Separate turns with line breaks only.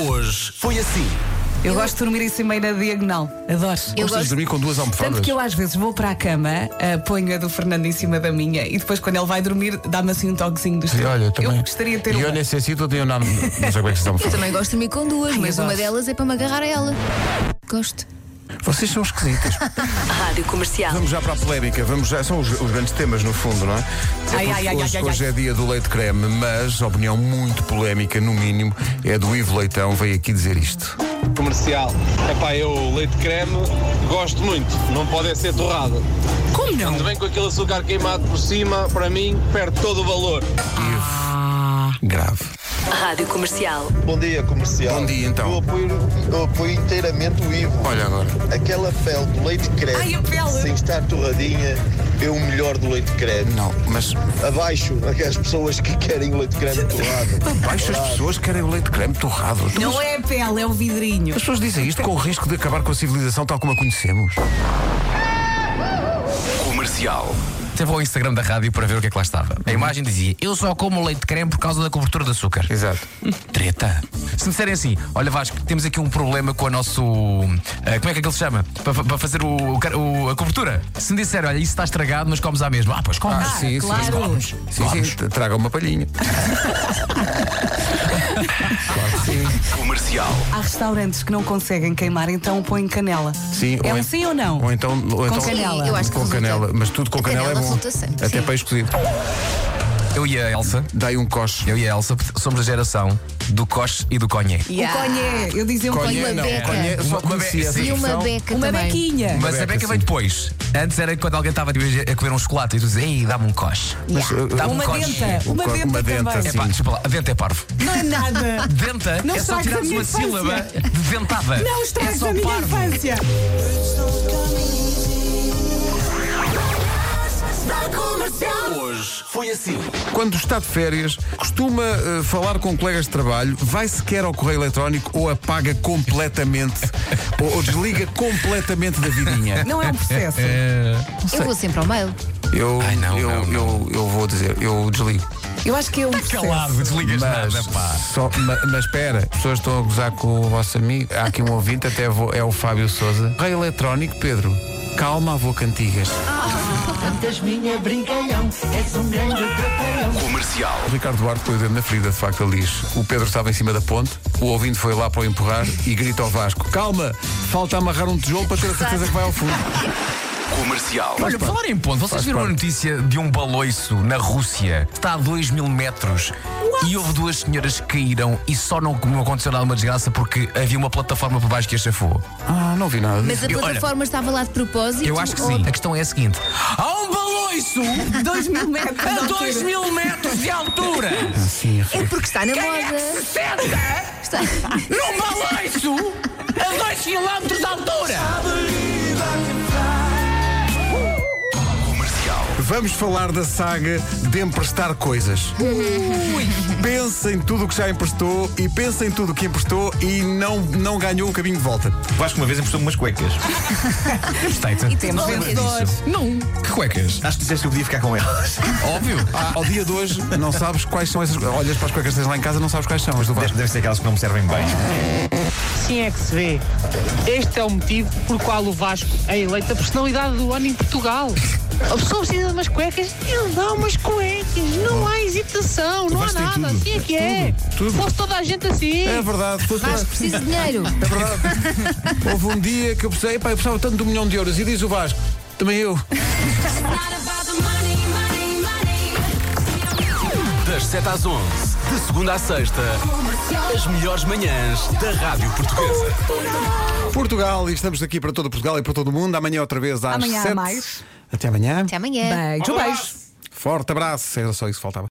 hoje foi assim.
Eu, gosto de dormir em cima e na diagonal. Adoro.
Gostas de dormir com duas almofadas?
Tanto que eu às vezes vou para a cama, ah, ponho a do Fernando em cima da minha e depois quando ele vai dormir dá-me assim um toquezinho do
Sim,
estilo.
olha, também.
Eu gostaria de ter
E eu
uma.
nesse sítio tenho nada. Não sei como é que se chama.
Eu também gosto de dormir com duas, mas
eu
uma
gosto.
delas é para me agarrar a ela. Gosto.
Vocês são esquisitas.
Rádio Comercial.
Vamos já para a polémica, vamos já, são os, os grandes temas no fundo, não é?
Ai,
É
ai,
porque
ai,
hoje,
ai, ai,
hoje é dia do leite creme, mas a opinião muito polémica, no mínimo, é do Ivo Leitão, veio aqui dizer isto.
comercial. Epá, eu leite creme gosto muito, não pode é ser torrado.
Como não?
Quando vem com aquele açúcar queimado por cima, para mim, perde todo o valor.
Ah.
Grave.
Rádio Comercial.
Bom dia, comercial.
Bom dia, então.
Eu apoio, eu apoio inteiramente o Ivo.
Olha agora.
Aquela pele do leite creme,
Ai, a pele.
sem estar torradinha, é o melhor do leite creme.
Não, mas
Abaixo, aquelas pessoas que querem o leite creme torrado.
baixo as pessoas querem o leite creme torrado. Então,
Não é a pele, é o vidrinho.
As pessoas dizem isto com o risco de acabar com a civilização tal como a conhecemos.
Comercial. Teve ao Instagram da rádio para ver o que é que lá estava. A imagem dizia: Eu só como leite de creme por causa da cobertura de açúcar.
Exato.
Treta. Se me disserem assim: Olha, Vasco, temos aqui um problema com o nosso. ah, como é que ele se chama? Para, para fazer o, o car- o- a cobertura. Se me disserem: Olha, isso está estragado, mas comes à mesma. Ah, pois comes.
sim,
claro.
sim, claro. Sim, sim, t- traga uma palhinha.
Comercial.
Há restaurantes que não conseguem queimar, então põem canela.
Sim,
é
ou
um
en-
sim ou não?
Ou então, ou então
canela.
Eu acho que
com
resulta.
canela, mas tudo com
A
canela,
canela
é bom.
resulta sempre,
Até
sim.
para escolhido.
Eu e a Elsa.
Dai um coche.
Eu e a Elsa somos a geração do coche e do conhe.
O conhé, eu dizia um
Conhé,
conhé.
uma
não,
beca.
conhe- só
Uma- uma
conhecia
beca,
essa
sim.
E uma
expressão.
beca
Uma
também.
bequinha.
Mas é a
beca,
beca
sim.
veio depois. Antes era quando alguém estava a comer um chocolate e tu dizes, ei, dá-me um coche.
Mas, uh,
Dá-me um
Uma
coche.
denta. Uma
co-
denta
uma assim. denta,
também.
É
sim.
pá, desculpa lá, dente é parvo.
Não é nada.
Denta
Não
é
estragues a
só tirares
minha
uma
infância.
sílaba de dentada.
Não
é
estragas
só
a minha
parvo.
infância.
Hoje foi assim. Quando está de férias, costuma eh, falar com colegas de trabalho, vai sequer ao correio eletrónico ou apaga completamente, ou, ou desliga completamente da vidinha.
Não é um processo.
Eu vou sempre ao mail.
Eu,
Ai, não,
eu,
não, não.
Eu, eu vou dizer, eu desligo.
Eu acho que é um
Tá
processo.
Calado, desligas
Mas,
nada, pá.
só- ma- mas espera, as pessoas estão a gozar com o vosso amigo. Há aqui um ouvinte, até vou- é o Fábio Souza. Rei eletrónico, Pedro. Calma, avô Cantigas.
Comercial.
O Ricardo Duarte põe o dedo na ferida, de facto, ele diz. O Pedro estava em cima da ponte, o ouvinte foi lá para o empurrar e grita ao Vasco: Calma, falta amarrar um tijolo para ter a certeza que vai ao fundo.
Comercial. Olha, por falar em ponto, vocês viram
parte.
a notícia de um baloiço na Rússia que está a 2 mil metros e houve duas senhoras que caíram e só não, não aconteceu nada uma desgraça porque havia uma plataforma por baixo que as chafou.
Ah, não vi nada.
Mas a
Eu- olha,
plataforma estava lá de propósito.
Eu acho que
um
ou-
sim. A questão é a seguinte: há um baloiço
2 mil metros. de
a
altura.
2 mil metros de altura!
É porque está na
Quem é que se
moda.
senta
Está...
é? num baloiço a 2 km de altura?
Vamos falar da saga de emprestar coisas. pensa em tudo o que já emprestou e pensa em tudo o que emprestou e não, não ganhou o caminho de volta.
Vasco uma vez emprestou-me umas cuecas.
Gostei-te. E
temos vencedores.
Não. Que cuecas?
Acho que disseste que eu podia ficar com elas.
Óbvio.
Ah, ao dia de hoje, não sabes quais são essas. Olhas para as cuecas que tens lá em casa, não sabes quais são. As do Vasco.
Deve, deve ser aquelas que não me servem bem.
Sim é que se vê. Este é o motivo por qual o Vasco é eleito a personalidade do ano em Portugal. A pessoa precisa de umas cuecas, ele dá umas cuecas. Não há hesitação, não há
Vasco tem
nada.
tudo.
Assim é que é.
tudo.
Fosse toda a gente assim.
É verdade, fosse-
Acho que preciso de dinheiro.
é verdade. Houve um dia que eu pensei, pá, eu precisava tanto de um milhão de euros e diz o Vasco, também eu.
Das 7 às 11, de segunda à sexta, as melhores manhãs da Rádio Portuguesa.
Portugal, e estamos aqui para todo Portugal e para todo o mundo. Amanhã outra vez às
Amanhã há
sete.
mais.
Até amanhã.
Até amanhã.
Beijo, beijo.
Forte abraço. Era só isso que faltava.